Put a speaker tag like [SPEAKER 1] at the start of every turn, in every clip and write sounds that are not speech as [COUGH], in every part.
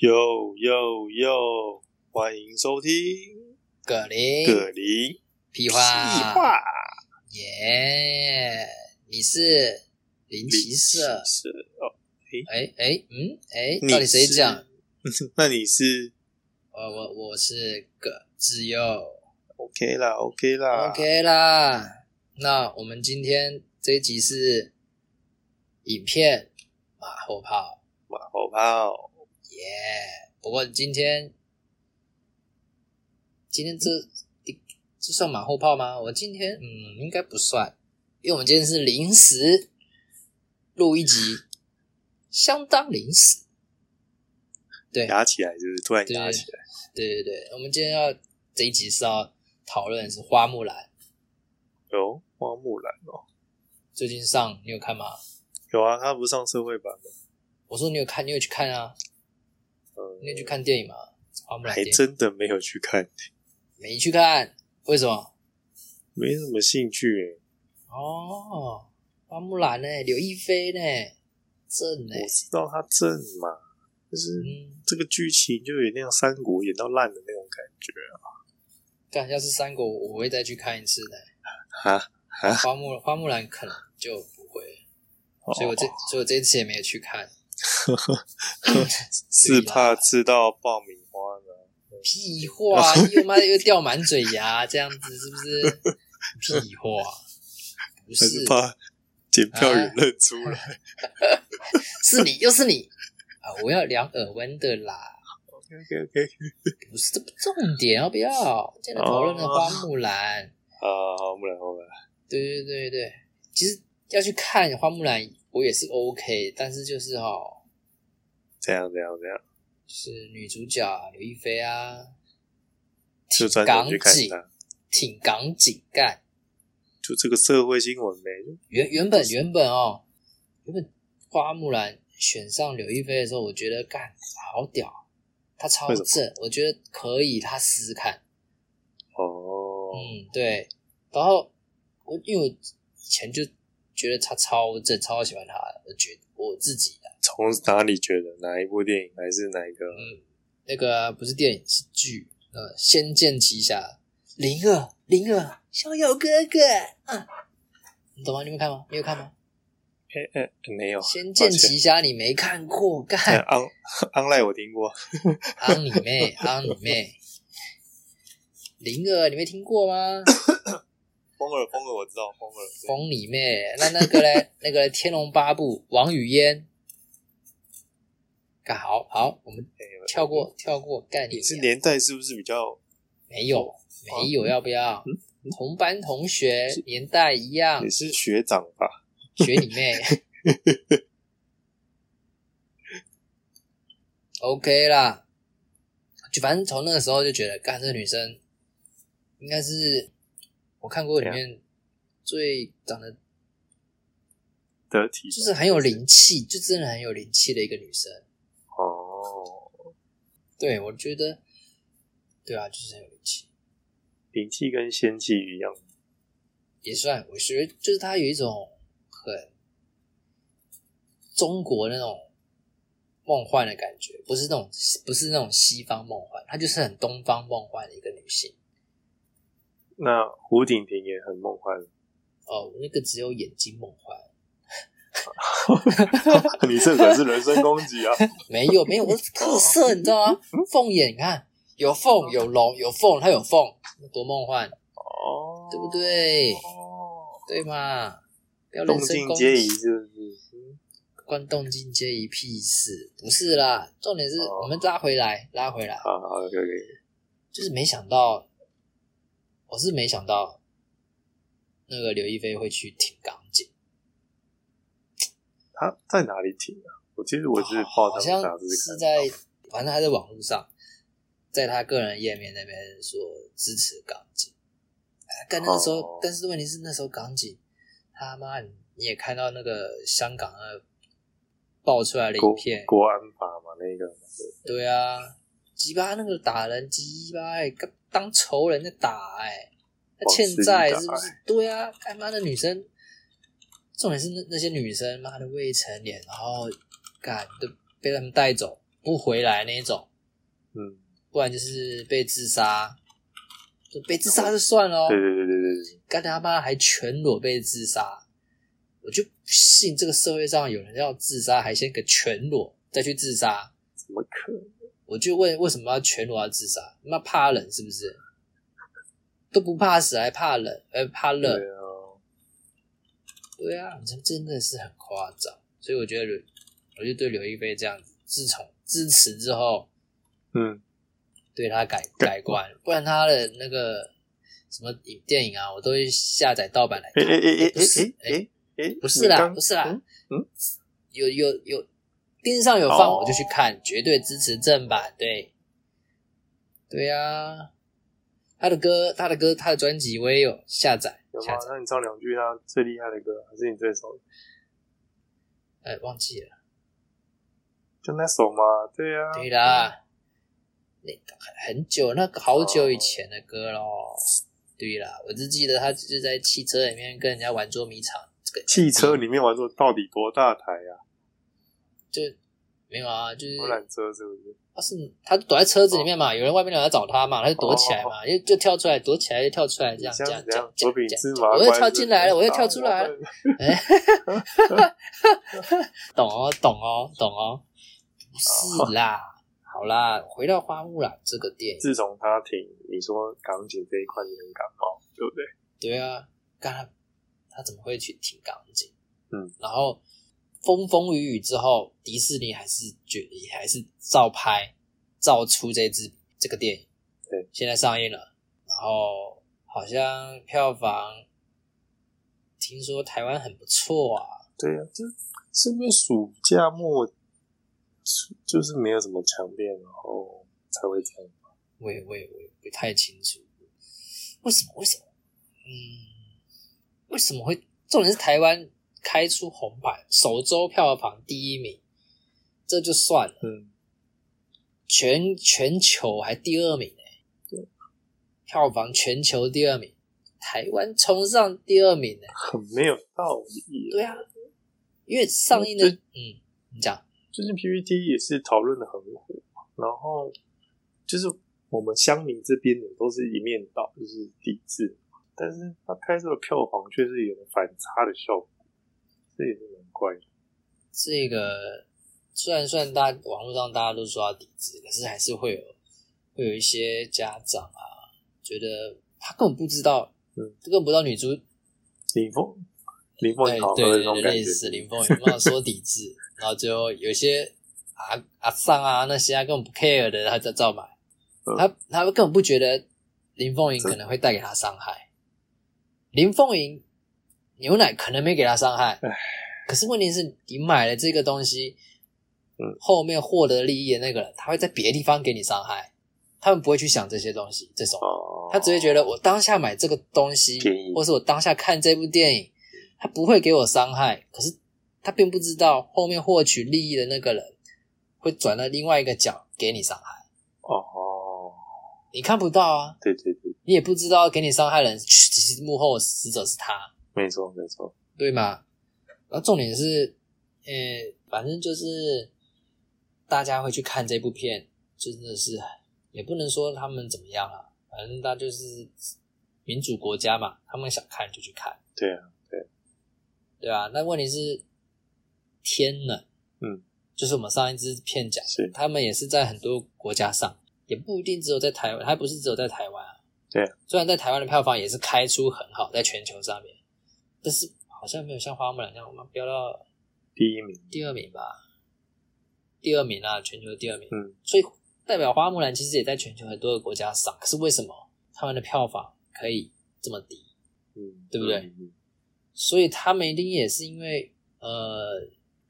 [SPEAKER 1] 哟哟哟！欢迎收听
[SPEAKER 2] 葛
[SPEAKER 1] 《
[SPEAKER 2] 林，
[SPEAKER 1] 葛林
[SPEAKER 2] 屁
[SPEAKER 1] 屁
[SPEAKER 2] 话，
[SPEAKER 1] 话
[SPEAKER 2] 耶你是林奇社？
[SPEAKER 1] 是哦，
[SPEAKER 2] 哎哎，嗯，哎，
[SPEAKER 1] 你
[SPEAKER 2] 到底谁
[SPEAKER 1] 是
[SPEAKER 2] 讲？
[SPEAKER 1] 那你是
[SPEAKER 2] 我我我是葛志佑
[SPEAKER 1] OK 啦，OK 啦
[SPEAKER 2] ，OK 啦。那我们今天这一集是影片马后炮，
[SPEAKER 1] 马后炮，
[SPEAKER 2] 耶、不过今天今天这这算马后炮吗？我今天嗯应该不算，因为我们今天是临时录一集，相当临时。对
[SPEAKER 1] 压起来就是突然压起来，
[SPEAKER 2] 对对对，我们今天要这一集是要讨论的是花木兰，
[SPEAKER 1] 有花木兰哦，
[SPEAKER 2] 最近上你有看吗？
[SPEAKER 1] 有啊，他不是上社会版吗？
[SPEAKER 2] 我说你有看，你有去看啊？
[SPEAKER 1] 呃
[SPEAKER 2] 你有去看电影吗？花木兰
[SPEAKER 1] 还
[SPEAKER 2] 电影
[SPEAKER 1] 真的没有去看，
[SPEAKER 2] 没去看，为什么？
[SPEAKER 1] 没什么兴趣
[SPEAKER 2] 哦，花木兰呢、刘亦菲呢、正呢、
[SPEAKER 1] 诶。我知道他正嘛，就是
[SPEAKER 2] 嗯，
[SPEAKER 1] 这个剧情就有点像三国演到烂的那种感觉
[SPEAKER 2] 干要是三国，我会再去看一次的、
[SPEAKER 1] 啊，
[SPEAKER 2] 花木花木兰可能就不会，
[SPEAKER 1] 哦
[SPEAKER 2] 所以我这所以我这一次也没有去看。
[SPEAKER 1] 是怕吃到爆米花呢。
[SPEAKER 2] 屁
[SPEAKER 1] 哦
[SPEAKER 2] 话，又妈的又掉满嘴牙，这样子是不
[SPEAKER 1] [LAUGHS]
[SPEAKER 2] 是？屁话，不
[SPEAKER 1] 还
[SPEAKER 2] 是，
[SPEAKER 1] 是怕检票员认出来。
[SPEAKER 2] [LAUGHS] 是你又是你啊！我要量耳温的啦，
[SPEAKER 1] OK OK，
[SPEAKER 2] 不是这不重点，要不要？今天讨论的
[SPEAKER 1] 哦
[SPEAKER 2] 花木兰。
[SPEAKER 1] 啊，好，木兰，木兰，
[SPEAKER 2] 对对对对，其实要去看花木兰，我也是 OK，但是就是哈、
[SPEAKER 1] 怎样怎样怎样，
[SPEAKER 2] 是女主角刘亦菲啊，
[SPEAKER 1] 就专
[SPEAKER 2] 港
[SPEAKER 1] 程去看
[SPEAKER 2] 警
[SPEAKER 1] 他。
[SPEAKER 2] 挺港警干。
[SPEAKER 1] 就这个社会新闻呗，
[SPEAKER 2] 原原本原本哦，原本花木兰选上刘亦菲的时候，我觉得干好屌，她超
[SPEAKER 1] 为什么
[SPEAKER 2] 正，我觉得可以，她试试看。
[SPEAKER 1] 哦，
[SPEAKER 2] 嗯，对。然后我因为我以前就觉得她超正，超喜欢她的，我觉得我自己啊的。
[SPEAKER 1] 从哪里觉得哪一部电影还是哪一个？
[SPEAKER 2] 嗯，那个不是电影是剧，呃，《仙剑奇侠》灵儿，灵儿，逍遥哥哥，啊，你懂吗？你有看吗？你有看吗？
[SPEAKER 1] 哎哎，没有，哎
[SPEAKER 2] 《仙剑奇侠》你没看
[SPEAKER 1] [LAUGHS]
[SPEAKER 2] 过，干
[SPEAKER 1] 安安赖我听过，
[SPEAKER 2] 昂你妹，昂你妹，灵儿你没听过吗？
[SPEAKER 1] 风儿风儿我知道，风儿
[SPEAKER 2] 疯你妹！那那个嘞，那个嘞《天龙八部》王语嫣，干好好，我们跳过跳过，干你
[SPEAKER 1] 哎你是哦
[SPEAKER 2] 娘
[SPEAKER 1] 年代是不是比较
[SPEAKER 2] 没有，没有，要不要？同班同学，年代一样
[SPEAKER 1] 嗯你，是学长吧？
[SPEAKER 2] 学你妹。OK 啦，就反正从那个时候就觉得，干这女生应该是我看过里面最长得
[SPEAKER 1] 得体
[SPEAKER 2] 就是很有灵气，就真的很有灵气的一个女生。
[SPEAKER 1] 哦，
[SPEAKER 2] 对我觉得，对啊，就是很有灵气。
[SPEAKER 1] 灵气跟仙气一样，
[SPEAKER 2] 也算，我觉得就是他有一种很中国那种梦幻的感觉，不是那种不是那种西方梦幻，她就是很东方梦幻的一个女性。
[SPEAKER 1] 那胡婷婷也很梦
[SPEAKER 2] [LAUGHS]
[SPEAKER 1] 幻。 [LAUGHS]
[SPEAKER 2] 哦，那个只有眼睛梦幻，
[SPEAKER 1] 你这可是人身攻击啊！
[SPEAKER 2] 没有没有，我是 [LAUGHS] 特色，你知道吗？凤眼，你看有凤有龙有凤，它有凤，多梦幻，
[SPEAKER 1] 哦，
[SPEAKER 2] 对不？对？
[SPEAKER 1] 哦，
[SPEAKER 2] 对嘛？不要
[SPEAKER 1] 动
[SPEAKER 2] 人身
[SPEAKER 1] 静
[SPEAKER 2] 攻
[SPEAKER 1] 皆宜
[SPEAKER 2] 击。
[SPEAKER 1] 是不是？
[SPEAKER 2] 关动静皆宜屁事，不是啦。重点是
[SPEAKER 1] 哦
[SPEAKER 2] 我们拉回来，拉回来。
[SPEAKER 1] 好好，可以可以。
[SPEAKER 2] 就是没想到，我是没想到那个刘亦菲会去挺港警，
[SPEAKER 1] 他在哪里停啊？我其实我是
[SPEAKER 2] 好
[SPEAKER 1] 报
[SPEAKER 2] 好
[SPEAKER 1] 章
[SPEAKER 2] 像
[SPEAKER 1] 杂志
[SPEAKER 2] 是
[SPEAKER 1] 看
[SPEAKER 2] 在，反正他在网络上，在他个人页面那边说支持港警。哎但那个时候，
[SPEAKER 1] 哦
[SPEAKER 2] 但是问题是那时候港警他妈你你也看到那个香港那爆出来的
[SPEAKER 1] 国
[SPEAKER 2] 影片，
[SPEAKER 1] 国安法嘛，那个
[SPEAKER 2] 对啊，鸡巴那个打人鸡巴哎，跟当仇人在打哎、那欠债是不
[SPEAKER 1] 往
[SPEAKER 2] 是？对啊，干妈的女生，重点是那那些女生妈的未成年，然后干都被他们带走，不回来那一种，
[SPEAKER 1] 嗯，
[SPEAKER 2] 不然就是被自杀，就被自杀就算了、哦，
[SPEAKER 1] 对对对对对对，
[SPEAKER 2] 干他妈还全裸被自杀，我就不信这个社会上有人要自杀还先个全裸再去自杀，
[SPEAKER 1] 怎么可能？
[SPEAKER 2] 我就问为什么要全裸要自杀？他妈怕冷是不是？都不怕死还怕冷，呃怕热，
[SPEAKER 1] 对啊，
[SPEAKER 2] 对啊，你这真的是很夸张，所以我觉得刘，我就对刘亦菲这样子，自从自此之后，
[SPEAKER 1] 嗯，
[SPEAKER 2] 对她改改观，不然她的那个什么影电影啊，我都会下载盗版来
[SPEAKER 1] 哎哎
[SPEAKER 2] 看。
[SPEAKER 1] 哎
[SPEAKER 2] 不是
[SPEAKER 1] 哎哎哎哎，
[SPEAKER 2] 不是啦，
[SPEAKER 1] 你刚
[SPEAKER 2] 不是啦，
[SPEAKER 1] 嗯嗯
[SPEAKER 2] 有有有，电视上有放，
[SPEAKER 1] 哦
[SPEAKER 2] 我就去看，绝对支持正版，对，对呀、他的歌，他的歌，他的专辑我也有下载，
[SPEAKER 1] 有吗
[SPEAKER 2] 下载？，
[SPEAKER 1] 那你唱两句他最厉害的歌，还是你最熟的？
[SPEAKER 2] 呃，忘记了。
[SPEAKER 1] 就那首嘛，对啊，
[SPEAKER 2] 对啦，那个很久，那个好久以前的歌咯。对啦，我只记得他就是在汽车里面跟人家玩捉迷藏，这个
[SPEAKER 1] 汽车里面玩座到底多大台
[SPEAKER 2] 嗯
[SPEAKER 1] 啊？
[SPEAKER 2] 就没有啊，就是
[SPEAKER 1] 游览车是不是？
[SPEAKER 2] 他是他躲在车子里面嘛，有人外面来找他嘛，他就躲起来嘛，就就跳出来，躲起来就跳出来，这
[SPEAKER 1] 你
[SPEAKER 2] 样
[SPEAKER 1] 这
[SPEAKER 2] 这
[SPEAKER 1] 样
[SPEAKER 2] 样
[SPEAKER 1] 子
[SPEAKER 2] 这样这
[SPEAKER 1] 左
[SPEAKER 2] 样
[SPEAKER 1] 饼
[SPEAKER 2] 这
[SPEAKER 1] 芝
[SPEAKER 2] 样这样
[SPEAKER 1] 麻
[SPEAKER 2] 我
[SPEAKER 1] 官
[SPEAKER 2] 又
[SPEAKER 1] 是，
[SPEAKER 2] 跳进来了，我又跳出来了
[SPEAKER 1] 了。，
[SPEAKER 2] 懂哦，懂哦，懂哦，不是啦，好啦，回到花木兰这个电影，
[SPEAKER 1] 自从他停，你说港姐这一块你很感冒，对不对？
[SPEAKER 2] 对啊，干他他怎么会去听钢琴？
[SPEAKER 1] 嗯，
[SPEAKER 2] 然后风风雨雨之后，迪士尼还是决也还是照拍，照出这支这个电影。
[SPEAKER 1] 对，
[SPEAKER 2] 现在上映了，然后好像票房听说台湾很不错啊。
[SPEAKER 1] 对呀、啊，就是因为暑假末就就是没有什么强烈，然后才会这样。
[SPEAKER 2] 我也我也我也不太清楚，为什么为什么？嗯，为什么会？重点是台湾开出红牌，首周票房第一名，这就算了。
[SPEAKER 1] 嗯，
[SPEAKER 2] 全全球还第二名呢、票房全球第二名，台湾冲上第二名呢、
[SPEAKER 1] 很没有道理。
[SPEAKER 2] 对啊，因为上映的，
[SPEAKER 1] 我
[SPEAKER 2] 嗯，你讲，
[SPEAKER 1] 最近 PPT 也是讨论的很火，然后就是我们乡民这边也都是一面倒，就是抵制，但是它开出的票房却是有反差的效果，这也是蛮怪的。
[SPEAKER 2] 这个虽然虽然大网络上大家都说要抵制，可是还是会有会有一些家长啊，觉得他根本不知道，
[SPEAKER 1] 嗯
[SPEAKER 2] 根本不知道女主
[SPEAKER 1] 林峰，林峰
[SPEAKER 2] 对
[SPEAKER 1] 好
[SPEAKER 2] 哎对
[SPEAKER 1] 喝的
[SPEAKER 2] 对
[SPEAKER 1] 那种
[SPEAKER 2] 对，
[SPEAKER 1] 感觉
[SPEAKER 2] 类，似林峰有没有说抵制？ [LAUGHS] 然后最后有些啊啊上啊那些啊根本不 care 的，他就照买，
[SPEAKER 1] 嗯
[SPEAKER 2] 他他根本不觉得林凤营可能会带给他伤害。林凤营牛奶可能没给他伤害
[SPEAKER 1] 唉，
[SPEAKER 2] 可是问题是你买了这个东西，
[SPEAKER 1] 嗯
[SPEAKER 2] 后面获得利益的那个人，他会在别的地方给你伤害，他们不会去想这些东西，这种。
[SPEAKER 1] 哦，
[SPEAKER 2] 他只会觉得我当下买这个东西
[SPEAKER 1] 便宜，
[SPEAKER 2] 或是我当下看这部电影，他不会给我伤害。可是他并不知道后面获取利益的那个人会转到另外一个角给你伤害，
[SPEAKER 1] 哦，
[SPEAKER 2] 你看不到啊，
[SPEAKER 1] 对对对，
[SPEAKER 2] 你也不知道给你伤害的人其实幕后死者是他，
[SPEAKER 1] 没错没错，
[SPEAKER 2] 对吗？然后重点是，呃，反正就是大家会去看这部片，真的是也不能说他们怎么样啊，反正他就是民主国家嘛，他们想看就去看。
[SPEAKER 1] 对啊，
[SPEAKER 2] 对啊，那问题是天冷，
[SPEAKER 1] 嗯，
[SPEAKER 2] 就是我们上一支片讲，
[SPEAKER 1] 是
[SPEAKER 2] 他们也是在很多国家上，也不一定只有在台湾，它不是只有在台湾啊。
[SPEAKER 1] 对啊，
[SPEAKER 2] 虽然在台湾的票房也是开出很好，在全球上面，但是好像没有像花木兰这样，我们飙到
[SPEAKER 1] 第一名，
[SPEAKER 2] 第二名吧，第二名啊，全球第二名，
[SPEAKER 1] 嗯，
[SPEAKER 2] 所以代表花木兰其实也在全球很多个国家上，可是为什么他们的票房可以这么低？
[SPEAKER 1] 嗯，
[SPEAKER 2] 对不对
[SPEAKER 1] 嗯？嗯
[SPEAKER 2] 所以他们一定也是因为呃，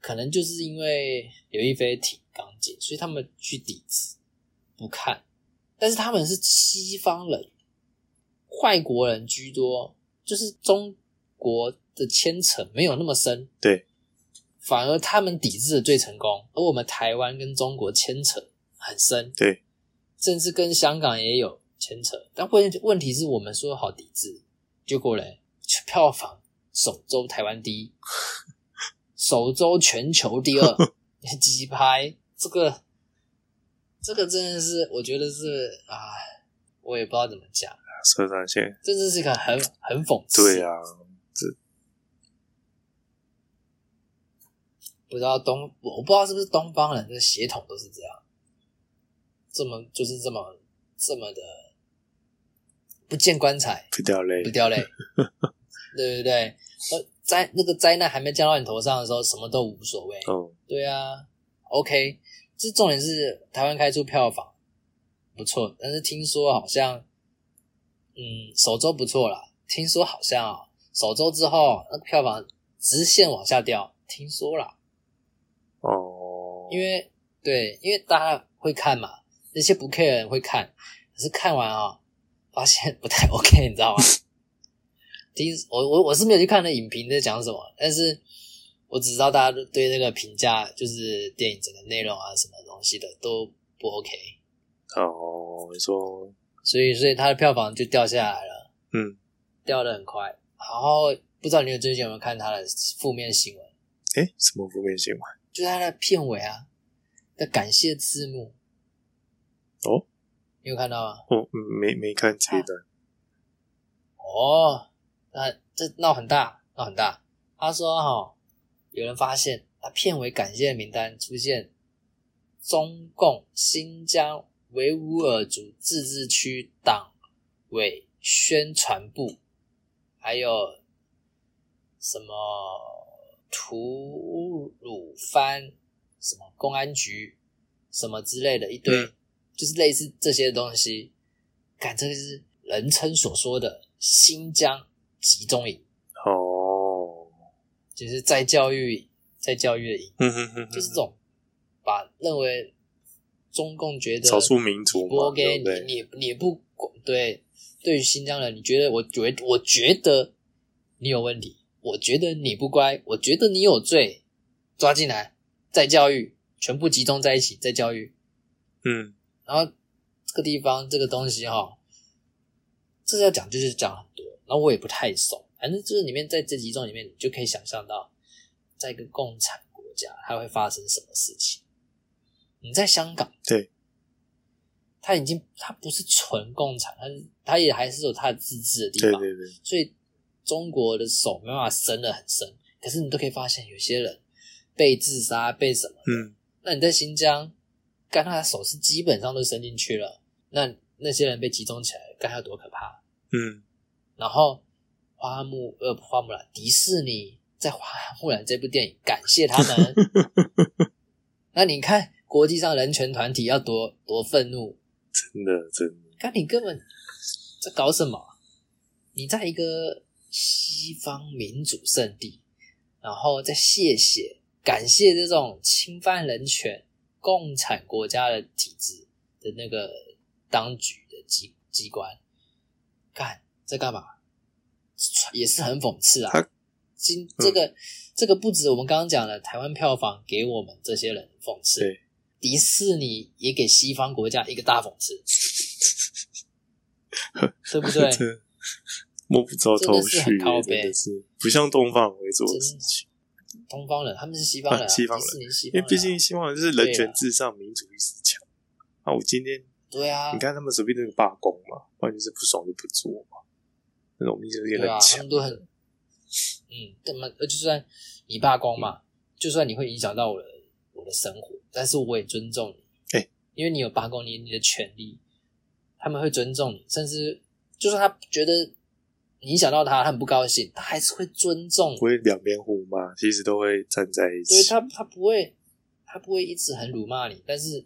[SPEAKER 2] 可能就是因为刘亦菲挺钢筋，所以他们去抵制不看。但是他们是西方人，外国人居多，就是中国的牵扯没有那么深，
[SPEAKER 1] 对，
[SPEAKER 2] 反而他们抵制的最成功，而我们台湾跟中国牵扯很深，
[SPEAKER 1] 对，
[SPEAKER 2] 甚至跟香港也有牵扯。但问问题是我们说好抵制，结果嘞，票房首周台湾第一， [LAUGHS] [LAUGHS] 首周全球第二，鸡拍这个这个真的是，我觉得是啊，我也不知道怎么讲，
[SPEAKER 1] 射上线，
[SPEAKER 2] 这真是一个很很讽刺。
[SPEAKER 1] 对啊，
[SPEAKER 2] 不知道东，我我不知道是不是东方人的血统都是这样，这么就是这么这么的不见棺材
[SPEAKER 1] 不掉泪
[SPEAKER 2] 不，
[SPEAKER 1] [LAUGHS]
[SPEAKER 2] 掉泪，对不对？呃，灾那个灾难还没降到你头上的时候，什么都无所谓。
[SPEAKER 1] 哦，
[SPEAKER 2] 对啊，OK，这重点是台湾开出票房不错，但是听说好像，嗯，首周不错啦。听说好像、哦、首周之后那个票房直线往下掉，听说啦。
[SPEAKER 1] 哦，
[SPEAKER 2] 因为对，因为大家会看嘛，那些不 care 的人会看，可是看完啊、发现不太 [LAUGHS] OK，你知道吗？听我我我是没有去看那影评在讲什么，但是我只知道大家都对那个评价，就是电影整个内容啊什么东西的都不 OK，
[SPEAKER 1] 哦，你说，
[SPEAKER 2] 所以所以它的票房就掉下来了，
[SPEAKER 1] 嗯，
[SPEAKER 2] 掉的很快。然后不知道你有最近有没有看它的负面新闻？
[SPEAKER 1] 诶，什么负面新闻？
[SPEAKER 2] 就是它的片尾啊的感谢字幕，
[SPEAKER 1] 哦，
[SPEAKER 2] 你有看到吗？
[SPEAKER 1] 我、嗯没没看这一段，
[SPEAKER 2] 哦，那这闹很大，闹很大。他说哈、有人发现他片尾感谢名单出现中共新疆维吾尔族自治区党委宣传部，还有什么吐鲁番什么公安局什么之类的一堆，
[SPEAKER 1] 嗯
[SPEAKER 2] 就是类似这些东西。看，这个是人称所说的新疆集中营，
[SPEAKER 1] 哦，
[SPEAKER 2] 就是在教育在教育的营，
[SPEAKER 1] 嗯哼哼哼，
[SPEAKER 2] 就是这种把认为中共觉得
[SPEAKER 1] 少数民族
[SPEAKER 2] 不
[SPEAKER 1] 嘛，
[SPEAKER 2] OK，
[SPEAKER 1] 对不
[SPEAKER 2] 你
[SPEAKER 1] 对？
[SPEAKER 2] 你你不管对，对于新疆人，你觉得我觉我觉得你有问题，我觉得你不乖，我觉得你有罪，抓进来再教育，全部集中在一起再教育，
[SPEAKER 1] 嗯，
[SPEAKER 2] 然后这个地方这个东西哈、这是要讲就是讲很多，然后我也不太熟，反正就是里面在这集中里面，你就可以想象到，在一个共产国家，它会发生什么事情。你在香港，
[SPEAKER 1] 对，
[SPEAKER 2] 它已经它不是纯共产，它是它也还是有它的自治的地
[SPEAKER 1] 对
[SPEAKER 2] 方，
[SPEAKER 1] 对对，
[SPEAKER 2] 所以中国的手没办法伸的很深，可是你都可以发现有些人被自杀被什么。
[SPEAKER 1] 嗯，
[SPEAKER 2] 那你在新疆，干他的手是基本上都伸进去了，那那些人被集中起来，干他有多可怕？
[SPEAKER 1] 嗯，
[SPEAKER 2] 然后花木呃不花木兰，迪士尼在花木兰这部电影感谢他们。那你看国际上人权团体要多多愤怒，
[SPEAKER 1] 真的真的，
[SPEAKER 2] 看你根本在搞什么？你在一个西方民主圣地，然后再谢谢、感谢这种侵犯人权、共产国家的体制的那个当局的机机关，干在干嘛？也是很讽刺啊
[SPEAKER 1] 他！
[SPEAKER 2] 今这个、这个不止我们刚刚讲的台湾票房给我们这些人讽刺
[SPEAKER 1] 对，
[SPEAKER 2] 迪士尼也给西方国家一个大讽刺，对
[SPEAKER 1] [LAUGHS]
[SPEAKER 2] 不对？
[SPEAKER 1] 这摸不着头绪，
[SPEAKER 2] 真的是很靠
[SPEAKER 1] 真
[SPEAKER 2] 背
[SPEAKER 1] 的是不像东方会做的事情，
[SPEAKER 2] 东方人，他们是西方人、啊，
[SPEAKER 1] 啊 [LAUGHS] 西方人
[SPEAKER 2] 迪士尼是西方
[SPEAKER 1] 因为
[SPEAKER 2] 人啊、
[SPEAKER 1] 毕竟西方人就是人
[SPEAKER 2] 对啊
[SPEAKER 1] 权至上，民主意识强。那我今天
[SPEAKER 2] 对啊，
[SPEAKER 1] 你看他们随便那个罢工嘛，不然就是不爽就不做嘛，那种民族也
[SPEAKER 2] 对
[SPEAKER 1] 很
[SPEAKER 2] 啊，他
[SPEAKER 1] 强。
[SPEAKER 2] 们都很，嗯，他们呃就算你罢工嘛，就算你会影响到我的我的生活，但是我也尊重你，
[SPEAKER 1] 哎
[SPEAKER 2] 因为你有罢工，你你的权利，他们会尊重你，甚至就算他觉得你影响到他，他很不高兴，他还是会尊重你
[SPEAKER 1] 不，会两边互骂，其实都会站在一
[SPEAKER 2] 所以
[SPEAKER 1] 起。
[SPEAKER 2] 他他不会他不会一直很辱骂你，但是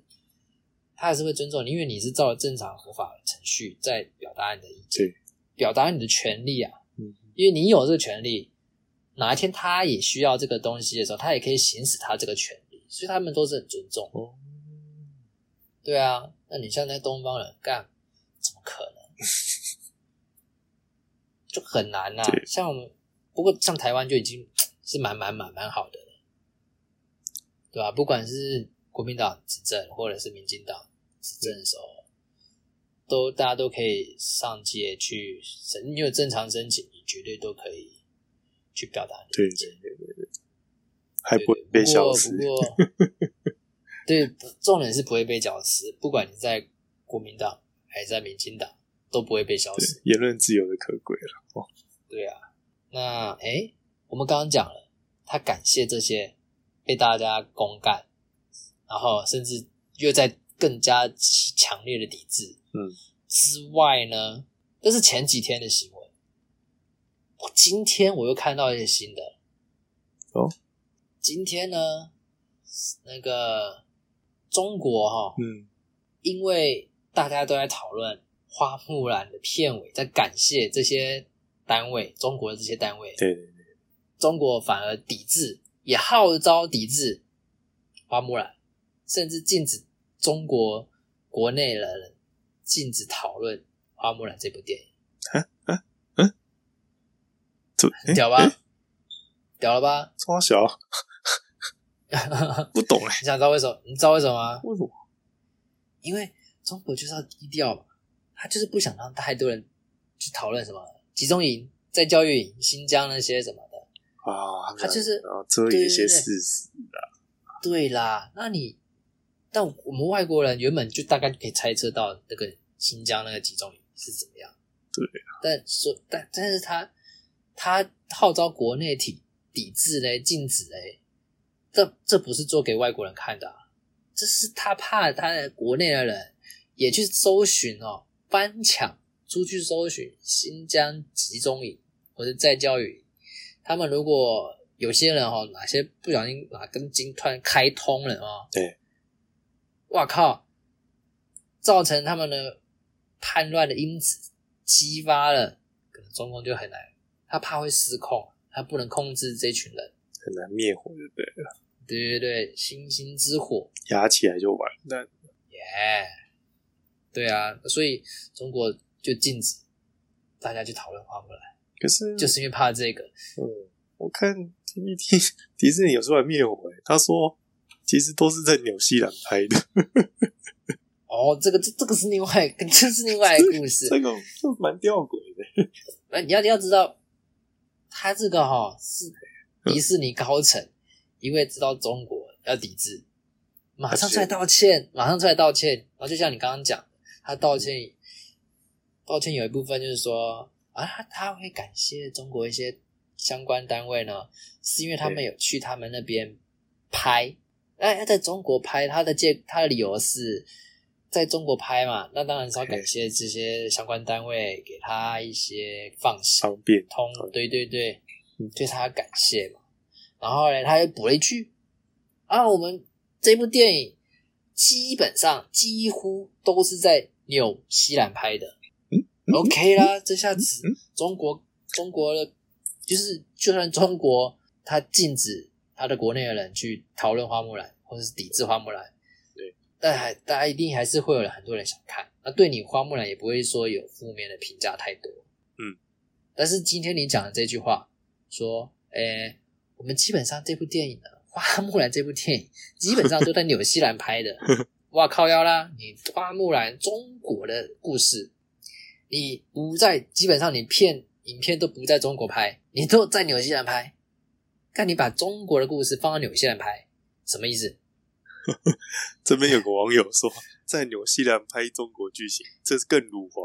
[SPEAKER 2] 他还是会尊重你，因为你是照了正常合法的程序在表达你的意见
[SPEAKER 1] 对，
[SPEAKER 2] 表达你的权利啊。
[SPEAKER 1] 嗯，
[SPEAKER 2] 因为你有这个权利，哪一天他也需要这个东西的时候，他也可以行使他这个权利，所以他们都是很尊重。
[SPEAKER 1] 哦，
[SPEAKER 2] 对啊，那你像在东方人干，怎么可能？就很难呐、啊
[SPEAKER 1] 对
[SPEAKER 2] 像我们，不过像台湾就已经是蛮蛮蛮蛮好的了，对吧、不管是国民党执政或者是民进党执政的时候，都大家都可以上街去申，你有正常申请，你绝对都可以去表达你的
[SPEAKER 1] 对
[SPEAKER 2] 意见。
[SPEAKER 1] 对对对对，还不会被
[SPEAKER 2] 对
[SPEAKER 1] 消 [LAUGHS]
[SPEAKER 2] 不
[SPEAKER 1] 失。
[SPEAKER 2] 过不过，对，不重点是不会被消失，不管你在国民党还是在民进党，都不会被消
[SPEAKER 1] 对
[SPEAKER 2] 失。
[SPEAKER 1] 言论自由的可贵了。
[SPEAKER 2] 对啊，那诶，我们刚刚讲了，他感谢这些被大家公干，然后甚至又在更加强烈的抵制，
[SPEAKER 1] 嗯，
[SPEAKER 2] 之外呢，这是前几天的新闻。我今天我又看到一些新的
[SPEAKER 1] 哦。
[SPEAKER 2] 今天呢，那个中国哈、
[SPEAKER 1] 嗯，
[SPEAKER 2] 因为大家都在讨论《花木兰》的片尾，在感谢这些单位，中国的这些单位，
[SPEAKER 1] 对对对，
[SPEAKER 2] 中国反而抵制，也号召抵制《花木兰》，甚至禁止中国国内的人禁止讨论《花木兰》这部电影，
[SPEAKER 1] 这哎，
[SPEAKER 2] 屌吧？屌了吧？
[SPEAKER 1] 中华
[SPEAKER 2] [LAUGHS]
[SPEAKER 1] 小不懂哎、
[SPEAKER 2] 你想知道为什么？你知道为什么吗？
[SPEAKER 1] 为什么？
[SPEAKER 2] 因为中国就是要低调嘛，他就是不想让太多人去讨论什么集中营、在教育营、新疆那些什么的。
[SPEAKER 1] 啊，
[SPEAKER 2] 他就是
[SPEAKER 1] 啊遮掩一些事实。
[SPEAKER 2] 对啦，那你，但我们外国人原本就大概可以猜测到那个新疆那个集中营是怎么样。
[SPEAKER 1] 对
[SPEAKER 2] 但说但但是他他号召国内抵抵制嘞，禁止嘞，这这不是做给外国人看的、啊，这是他怕他的国内的人也去搜寻哦，翻墙出去搜寻新疆集中营或者在教育营，他们如果有些人哦，哪些不小心哪根筋突然开通了哦，
[SPEAKER 1] 对，
[SPEAKER 2] 哇靠，造成他们的叛乱的因子激发了，可能中共就很难，他怕会失控，他不能控制这群人。
[SPEAKER 1] 很难灭火，对不对？
[SPEAKER 2] 对对对，星星之火，
[SPEAKER 1] 压起来就完蛋。
[SPEAKER 2] 耶、对啊，所以中国就禁止大家去讨论花木兰，
[SPEAKER 1] 可是
[SPEAKER 2] 就是因为怕这个。
[SPEAKER 1] 嗯，我看 PPT [LAUGHS] 迪士尼有出来灭火、欸，他说其实都是在纽西兰拍的，
[SPEAKER 2] 哦，这个这这个是另外一 [LAUGHS] 个，这是另外一个故事。
[SPEAKER 1] 这个就蛮吊诡的。
[SPEAKER 2] 那哎你要你要知道，他这个哈、是迪士尼高层，因为知道中国要抵制，马上出来道歉，马上出来道歉。然后就像你刚刚讲的，他道歉，道歉有一部分就是说啊，他他会感谢中国一些相关单位呢，是因为他们有去他们那边拍。那他在中国拍，他的借他的理由是在中国拍嘛，那当然是要感谢这些相关单位给他一些放心。
[SPEAKER 1] 方便
[SPEAKER 2] 通，对对对
[SPEAKER 1] 嗯，
[SPEAKER 2] 对他感谢嘛。然后呢，他又补了一句：“啊，我们这部电影基本上几乎都是在纽西兰拍的。
[SPEAKER 1] 嗯
[SPEAKER 2] OK 啦，这下子
[SPEAKER 1] 嗯
[SPEAKER 2] 中国中国的就是，就算中国他禁止他的国内的人去讨论花木兰，或者是抵制花木兰，
[SPEAKER 1] 对，
[SPEAKER 2] 但还大家一定还是会有人很多人想看，那对你花木兰也不会说有负面的评价太多，
[SPEAKER 1] 嗯。
[SPEAKER 2] 但是今天你讲的这句话，说，诶、我们基本上这部电影呢， [LAUGHS] 花木兰这部电影基本上都在纽西兰拍的，哇靠腰啦！你花木兰中国的故事，你不在，基本上你片影片都不在中国拍，你都在纽西兰拍。看你把中国的故事放到纽西兰拍，什么意思？ [LAUGHS]
[SPEAKER 1] 这边有个网友说，在纽西兰拍中国剧情，这是更辱华，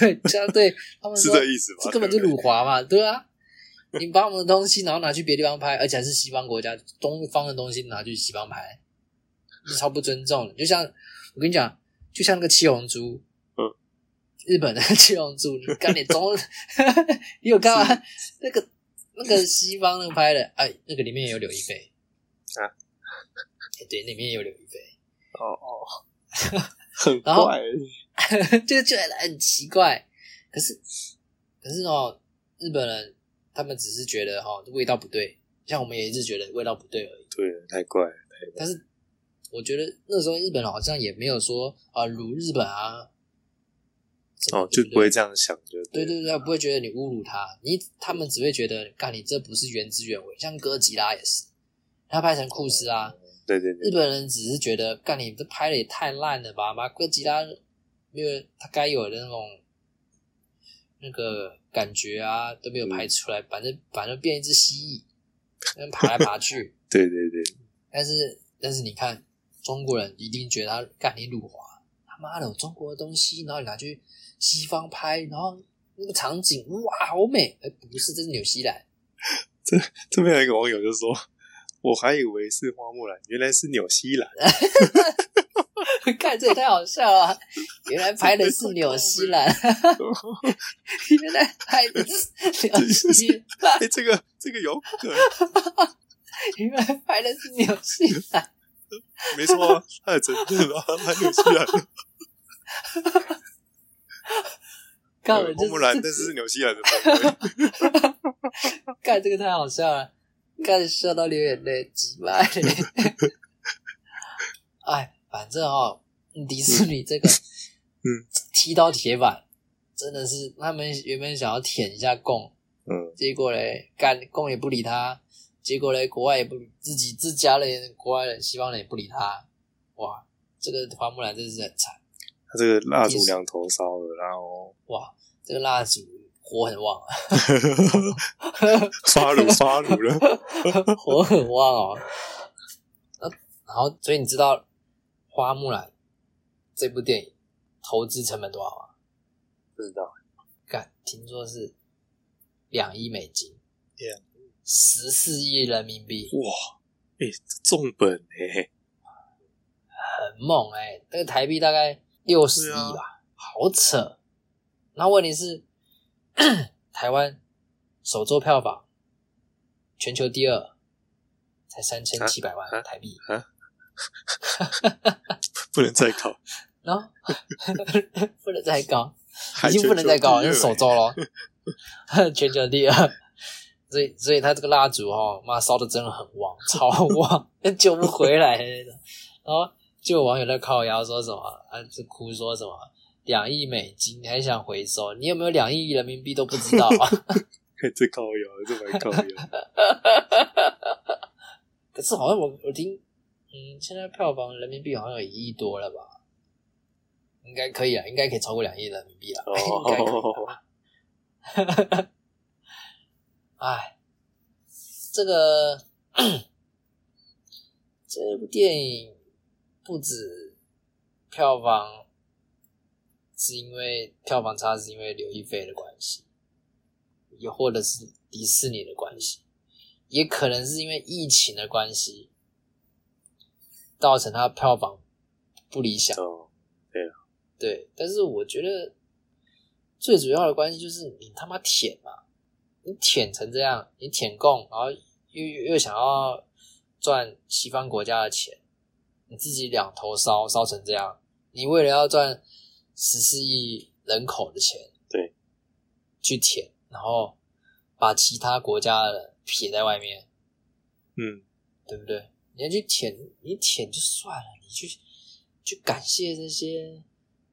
[SPEAKER 2] 对，这样对他们
[SPEAKER 1] 是
[SPEAKER 2] 说
[SPEAKER 1] 这，意思吗？
[SPEAKER 2] 这根本就
[SPEAKER 1] 对不
[SPEAKER 2] 辱
[SPEAKER 1] 对
[SPEAKER 2] 华嘛，对啊。你把我们的东西，然后拿去别地方拍，而且还是西方国家东方的东西拿去西方拍，是超不尊重的。就像我跟你讲，就像那个七龙珠，
[SPEAKER 1] 嗯，
[SPEAKER 2] 日本的 [LAUGHS] 七龙珠，你看你中， [LAUGHS] 你有看吗？那个那个西方那个拍的，哎，那个里面也有柳一菲
[SPEAKER 1] 啊
[SPEAKER 2] 哎对，里面也有柳一菲，
[SPEAKER 1] 哦哦，很
[SPEAKER 2] 然后
[SPEAKER 1] 怪、欸
[SPEAKER 2] [LAUGHS] 就觉得很奇怪。可是，可是哦，日本人他们只是觉得哈、哦、味道不对，像我们也一直觉得味道不对而已。
[SPEAKER 1] 对，太怪了。
[SPEAKER 2] 但是我觉得那时候日本人好像也没有说啊辱日本啊，什么
[SPEAKER 1] 哦，就
[SPEAKER 2] 对
[SPEAKER 1] 不会这样想，就对
[SPEAKER 2] 对对对，不会觉得你侮辱他，你他们只会觉得，干你这不是原汁原味。像哥吉拉也是，他拍成啊库斯拉，
[SPEAKER 1] 对对对
[SPEAKER 2] 日本人只是觉得，干你这拍的也太烂了吧，把哥吉拉没有他该有的那种那个感觉啊都没有拍出来，反正反正变一只蜥蜴，那边爬来爬去。 [LAUGHS]
[SPEAKER 1] 对对对，
[SPEAKER 2] 但是但是你看中国人一定觉得他干你辱华，他妈的，有中国的东西，然后你拿去西方拍，然后那个场景哇，好美，哎，不是，这是纽西兰， [LAUGHS]
[SPEAKER 1] 这边有一个网友就说：“我还以为是花木兰，原来是纽西
[SPEAKER 2] [LAUGHS]
[SPEAKER 1] 兰。
[SPEAKER 2] 看这也太好笑了、原来拍的是纽西兰，
[SPEAKER 1] 哎
[SPEAKER 2] 原来拍的是纽西兰，
[SPEAKER 1] 哎，这个这个有可能，
[SPEAKER 2] 原来拍的是纽西
[SPEAKER 1] [LAUGHS]
[SPEAKER 2] 兰，
[SPEAKER 1] 没错、啊，他也承认了，他纽西兰。
[SPEAKER 2] 干我
[SPEAKER 1] 对
[SPEAKER 2] 就
[SPEAKER 1] 花
[SPEAKER 2] 是
[SPEAKER 1] 木兰，但是是纽西兰的风格。
[SPEAKER 2] 干这个太好笑了，干笑到流眼泪，鸡巴 [LAUGHS] 嘞！哎，反正哦，迪士尼这个，
[SPEAKER 1] [LAUGHS] 嗯，
[SPEAKER 2] 踢到铁板，真的是他们原本想要舔一下供，
[SPEAKER 1] 嗯，
[SPEAKER 2] 结果嘞，干供也不理他，结果嘞，国外也不理自己自家人，国外人、西方人也不理他，哇，这个花木兰真是很惨，
[SPEAKER 1] 他
[SPEAKER 2] [LAUGHS]
[SPEAKER 1] 这个蜡烛两头烧了，然后
[SPEAKER 2] 哇，这个蜡烛火很旺，
[SPEAKER 1] 刷炉刷炉了。
[SPEAKER 2] 啊 [LAUGHS] 火很旺哦。呃然后，所以你知道《花木兰》这部电影投资成本多少吗？
[SPEAKER 1] 不知道，
[SPEAKER 2] 干，听说是两亿美金，
[SPEAKER 1] 两
[SPEAKER 2] 十四亿人民币，
[SPEAKER 1] 哇，哎、这重本哎、
[SPEAKER 2] 很猛哎、那个台币大概六十亿
[SPEAKER 1] 对啊
[SPEAKER 2] 吧，好扯。那问题是，台湾首周票房全球第二，才三千七百
[SPEAKER 1] 啊
[SPEAKER 2] 万台币。
[SPEAKER 1] 不能再考，
[SPEAKER 2] 然后不能再高，
[SPEAKER 1] 还
[SPEAKER 2] 已经不能再高，
[SPEAKER 1] 全
[SPEAKER 2] 是
[SPEAKER 1] 球
[SPEAKER 2] 首
[SPEAKER 1] 第二
[SPEAKER 2] 周咯， [LAUGHS] 全球第二。所以，所以他这个蜡烛哦，妈烧的真的很旺，超旺，救不回来的那种。然后就有网友在靠腰说什么，啊，就哭说什么两亿美金你还想回收，你有没有两亿人民币都不知道啊？
[SPEAKER 1] 哎这高腰，这蛮高腰。
[SPEAKER 2] [LAUGHS] 可是好像我我听，嗯，现在票房人民币好像有一亿多了吧？应该可以啊，应该可以超过两亿人民币啊了，应该可以了 [LAUGHS] 吧。啊 [LAUGHS] 哎，这个这部电影不止票房是因为票房差，是因为刘亦菲的关系，也或者是迪士尼的关系，也可能是因为疫情的关系，造成它票房不理想。
[SPEAKER 1] 哦，
[SPEAKER 2] 对，但是我觉得最主要的关系就是你他妈舔嘛，你舔成这样，你舔供，然后又又又想要赚西方国家的钱，你自己两头烧烧成这样，你为了要赚十四亿人口的钱，
[SPEAKER 1] 对，
[SPEAKER 2] 去舔，然后把其他国家的人撇在外面，
[SPEAKER 1] 嗯，
[SPEAKER 2] 对不对？你要去舔，你舔就算了，你去去感谢这些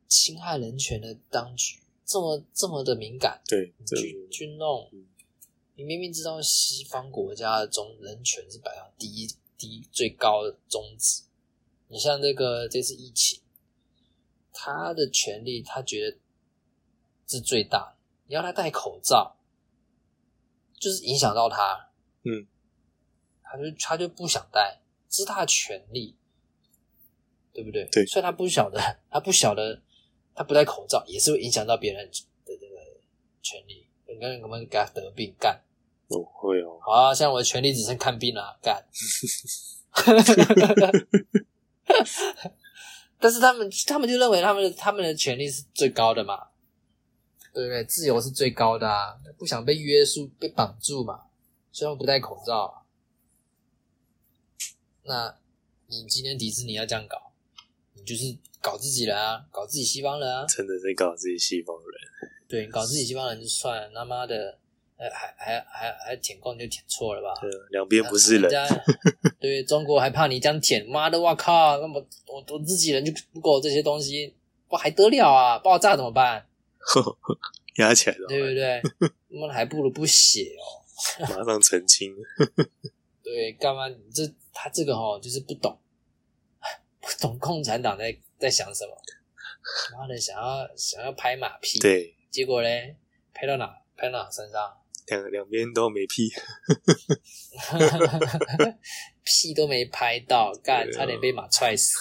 [SPEAKER 2] 侵害人权的当局，这么这么的敏感，
[SPEAKER 1] 对，
[SPEAKER 2] 你
[SPEAKER 1] 这
[SPEAKER 2] 去去弄
[SPEAKER 1] 嗯，
[SPEAKER 2] 你明明知道西方国家的中人权是摆上第一第一最高的宗旨，你像这个这次疫情，他的权利他觉得是最大的，你要他戴口罩，就是影响到他，
[SPEAKER 1] 嗯，
[SPEAKER 2] 他就他就不想戴，这是他的权利，对不对？
[SPEAKER 1] 对
[SPEAKER 2] 虽然他不晓得，他不晓得，他不戴口罩也是会影响到别人的这个权利，有个人可能给他得病干，
[SPEAKER 1] 我会哦，
[SPEAKER 2] 好啊，现在我的权利只剩看病了、干。 [LAUGHS] 但是他们他们就认为他们的他们的权利是最高的嘛，对不对？自由是最高的啊，不想被约束、被绑住嘛，虽然不戴口罩啊、那你今天迪士尼要这样搞，你就是搞自己人啊，搞自己西方人啊，
[SPEAKER 1] 真的是搞自己西方人，
[SPEAKER 2] 对，搞自己西方人就算了，他妈的，还还还还还舔共就舔错了吧？
[SPEAKER 1] 对啊，两边不是人，
[SPEAKER 2] 家
[SPEAKER 1] [LAUGHS]
[SPEAKER 2] 对中国还怕你这样舔，妈的，我靠！那么我我自己人就不给我这些东西，我还得了啊？爆炸怎么办？
[SPEAKER 1] 压起来了，
[SPEAKER 2] 对不对？那还不如不写哦。
[SPEAKER 1] 马上澄清，
[SPEAKER 2] 嗯对，干嘛？你这他这个哦，就是不懂， [LAUGHS] 不懂共产党在在想什么。妈的，想要想要拍马屁，，
[SPEAKER 1] 对，
[SPEAKER 2] 结果嘞，拍到哪？拍到哪身上？
[SPEAKER 1] 两两边都没屁，
[SPEAKER 2] [LAUGHS] 屁都没拍到，干、
[SPEAKER 1] 对啊
[SPEAKER 2] 差点被马踹死。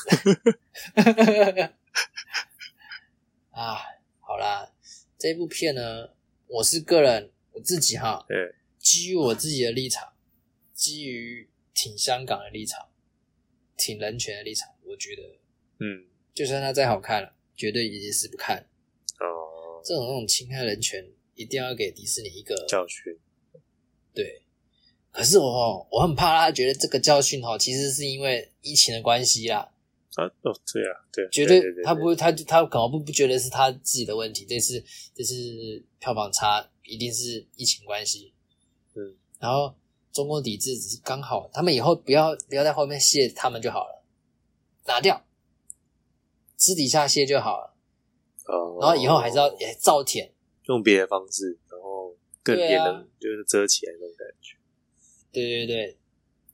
[SPEAKER 2] [LAUGHS] 啊，好啦，这部片呢，我是个人我自己哈，
[SPEAKER 1] 对，
[SPEAKER 2] 基于我自己的立场，基于挺香港的立场，挺人权的立场，我觉得
[SPEAKER 1] 嗯，
[SPEAKER 2] 就算它再好看了，绝对也是不看。
[SPEAKER 1] 哦，
[SPEAKER 2] 这种那种侵害人权，一定要给迪士尼一个
[SPEAKER 1] 教训，
[SPEAKER 2] 对，可是我哦，我很怕他觉得这个教训哦，其实是因为疫情的关系啦，
[SPEAKER 1] 啊，哦，对啊，对，
[SPEAKER 2] 绝
[SPEAKER 1] 对
[SPEAKER 2] 对
[SPEAKER 1] 对对
[SPEAKER 2] 他不会，他他搞不不觉得是他自己的问题，这次这次票房差一定是疫情关系，
[SPEAKER 1] 嗯，
[SPEAKER 2] 然后中共抵制只是刚好，他们以后不要不要在后面谢他们就好了，拿掉，私底下谢就好了，
[SPEAKER 1] 哦，
[SPEAKER 2] 然后以后还是要也造舔。
[SPEAKER 1] 用别的方式，然后更
[SPEAKER 2] 对啊
[SPEAKER 1] 也能就是遮起来那种感觉， [LAUGHS]
[SPEAKER 2] 对对对，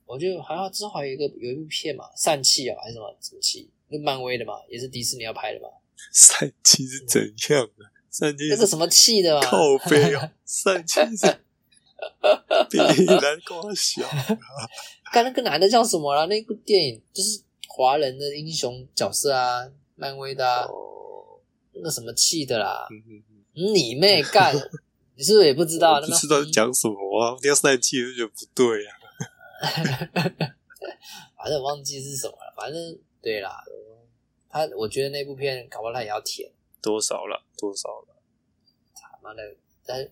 [SPEAKER 2] 我就好像之后还有一个有一部片嘛，《疝气》啊，还是什么什么气，那漫威的嘛，也是迪士尼要拍的嘛，
[SPEAKER 1] 三七是怎样的？三七
[SPEAKER 2] 那个什么啊气的嘛，
[SPEAKER 1] 靠背
[SPEAKER 2] [LAUGHS]
[SPEAKER 1] 哦，三七是比南瓜小，
[SPEAKER 2] [LAUGHS] 刚那个男的叫什么啦？啊那部电影就是华人的英雄角色啊，漫威的啊，
[SPEAKER 1] 哦，
[SPEAKER 2] 那个什么气的啦，
[SPEAKER 1] 嗯嗯嗯
[SPEAKER 2] 你
[SPEAKER 1] [LAUGHS]
[SPEAKER 2] 妹干！你是不是也不知道？
[SPEAKER 1] 我不知道
[SPEAKER 2] 那边
[SPEAKER 1] 讲什么啊，要三七就觉得不对啊，
[SPEAKER 2] 反正我忘记是什么了，反正对啦，他我觉得那部片搞不好他也要舔，
[SPEAKER 1] 多少了，多少了，
[SPEAKER 2] 他妈的，但是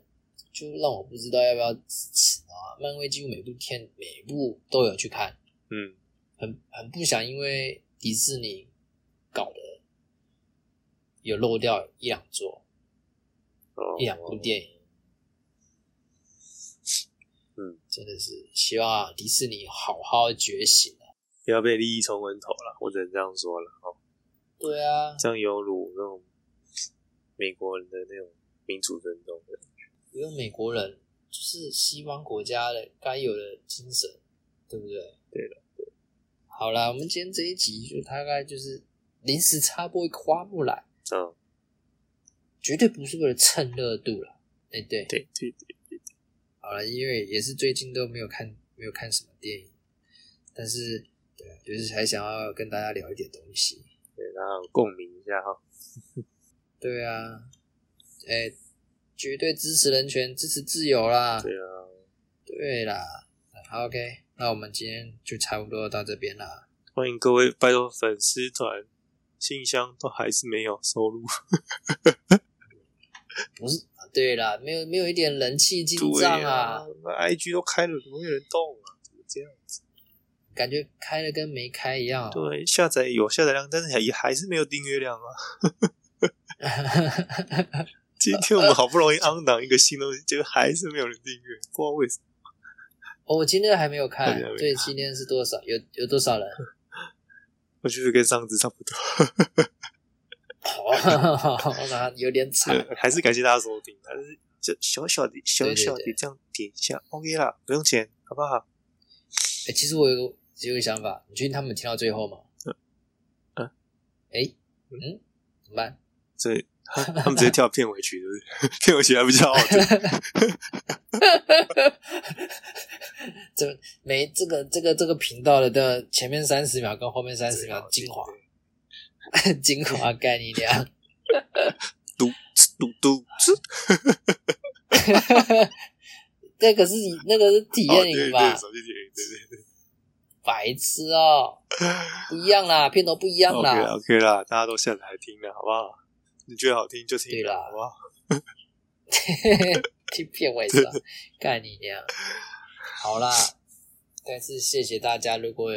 [SPEAKER 2] 就让我不知道要不要支持啊！漫威几乎每部片每部都有去看，
[SPEAKER 1] 嗯，
[SPEAKER 2] 很很不想因为迪士尼搞的有漏掉一两座
[SPEAKER 1] 哦
[SPEAKER 2] 一两部电影，
[SPEAKER 1] 嗯，
[SPEAKER 2] 真的是希望啊迪士尼好好觉醒啊！
[SPEAKER 1] 不要被利益冲昏头了，我只能这样说了哦。
[SPEAKER 2] 对啊，
[SPEAKER 1] 这样有辱那种美国人的那种民主尊重的。
[SPEAKER 2] 因为美国人就是西方国家的该有的精神，对不对？
[SPEAKER 1] 对
[SPEAKER 2] 的，好啦，我们今天这一集就大概就是临时插播一个花木兰。
[SPEAKER 1] 嗯，
[SPEAKER 2] 绝对不是为了蹭热度啦。哎、对，
[SPEAKER 1] 对对对，
[SPEAKER 2] 好了，因为也是最近都没有看，没有看什么电影，但是对啊，就是还想要跟大家聊一点东西。
[SPEAKER 1] 对，然后共鸣一下哈。
[SPEAKER 2] 对啊，哎、绝对支持人权，支持自由啦。
[SPEAKER 1] 对啊，
[SPEAKER 2] 对啦，好 OK，那我们今天就差不多到这边啦。
[SPEAKER 1] 欢迎各位，拜托粉丝团信箱都还是没有收入，
[SPEAKER 2] 不是，对啦，没有没有一点人气进
[SPEAKER 1] 对
[SPEAKER 2] 账
[SPEAKER 1] 啊
[SPEAKER 2] 啊，，
[SPEAKER 1] 那 IG 都开了，怎么会有人动啊？怎么这样子？
[SPEAKER 2] 感觉开了跟没开一样、哦。
[SPEAKER 1] 对，下载有下载量，但是也还是没有订阅量啊。 [LAUGHS] 今天我们好不容易昂档一个新东西，结果还是没有人订阅，不知道为什么。
[SPEAKER 2] 哦，我今天还没有看
[SPEAKER 1] 还没有，
[SPEAKER 2] 对，今天是多少？有有
[SPEAKER 1] [LAUGHS]
[SPEAKER 2] 多少人？
[SPEAKER 1] 我觉得跟上次差不多，
[SPEAKER 2] 哦，那有点
[SPEAKER 1] [LAUGHS]
[SPEAKER 2] 惨。
[SPEAKER 1] 对还是感谢大家收听，啊但是就小小的、小小的这样点一下，OK 啦，不用钱，好不好？
[SPEAKER 2] 哎、其实我有个有个想法，你确定他们有听到最后吗？
[SPEAKER 1] 嗯
[SPEAKER 2] 哎、嗯，怎么办？
[SPEAKER 1] 所以他们直接跳片尾曲，对不对？片尾曲还比较好听。
[SPEAKER 2] 这没这个这个这个频道的的前面三十秒跟后面三十
[SPEAKER 1] 啊
[SPEAKER 2] 秒精华 [LAUGHS] 精华概念量，
[SPEAKER 1] 嘟哧嘟嘟哧，
[SPEAKER 2] 那个是那个是体
[SPEAKER 1] 哦
[SPEAKER 2] 验
[SPEAKER 1] 对
[SPEAKER 2] 营
[SPEAKER 1] 对，
[SPEAKER 2] 吧？
[SPEAKER 1] 手机体验营，对对对
[SPEAKER 2] 白痴哦、不一样啦，片头不一样
[SPEAKER 1] ，OK 啊啦
[SPEAKER 2] [LAUGHS] 啦。
[SPEAKER 1] OK 啦，大家都下载来听了，好不好？你觉得好听就听
[SPEAKER 2] 对
[SPEAKER 1] 啦
[SPEAKER 2] 啦，
[SPEAKER 1] 好不好？
[SPEAKER 2] 听片尾是吧？干你娘！好啦，再次谢谢大家，如果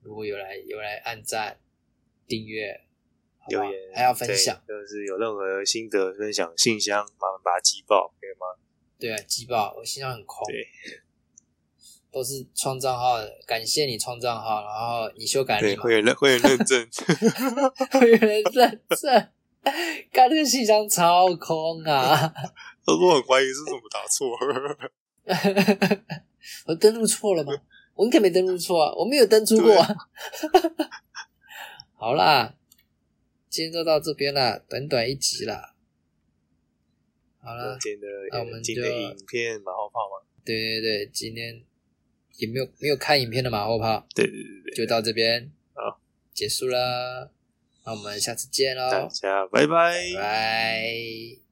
[SPEAKER 2] 如果有来有来按赞、订阅、好不
[SPEAKER 1] 留
[SPEAKER 2] 好
[SPEAKER 1] 言
[SPEAKER 2] 还要分享，
[SPEAKER 1] 对就是有任何心得分享，信箱麻烦把它击爆，可以吗？
[SPEAKER 2] 对啊，鸡爆，我心上很空
[SPEAKER 1] 对，
[SPEAKER 2] 都是创账号的，感谢你创账号，然后你修改
[SPEAKER 1] 对，
[SPEAKER 2] 密码，
[SPEAKER 1] 会
[SPEAKER 2] [LAUGHS]
[SPEAKER 1] 员认会员认证，
[SPEAKER 2] 会员认证， [LAUGHS] 干这个信箱超空啊！ [LAUGHS]
[SPEAKER 1] 他说很怀疑是怎么打错，
[SPEAKER 2] 我登录错了吗？我应该没登录错啊，我没有登出过、啊。 [LAUGHS] 好啦，今天就到这边啦，短短一集啦。好啦，
[SPEAKER 1] 今天
[SPEAKER 2] 那我
[SPEAKER 1] 的
[SPEAKER 2] 们
[SPEAKER 1] 今天的
[SPEAKER 2] 就
[SPEAKER 1] 影片马后炮吗？
[SPEAKER 2] 对对对，今天也没有没有看影片的马后炮
[SPEAKER 1] 对对对对，
[SPEAKER 2] 就到这边，
[SPEAKER 1] 好，
[SPEAKER 2] 结束啦，那我们下次见喽，
[SPEAKER 1] 大家拜拜
[SPEAKER 2] 拜拜。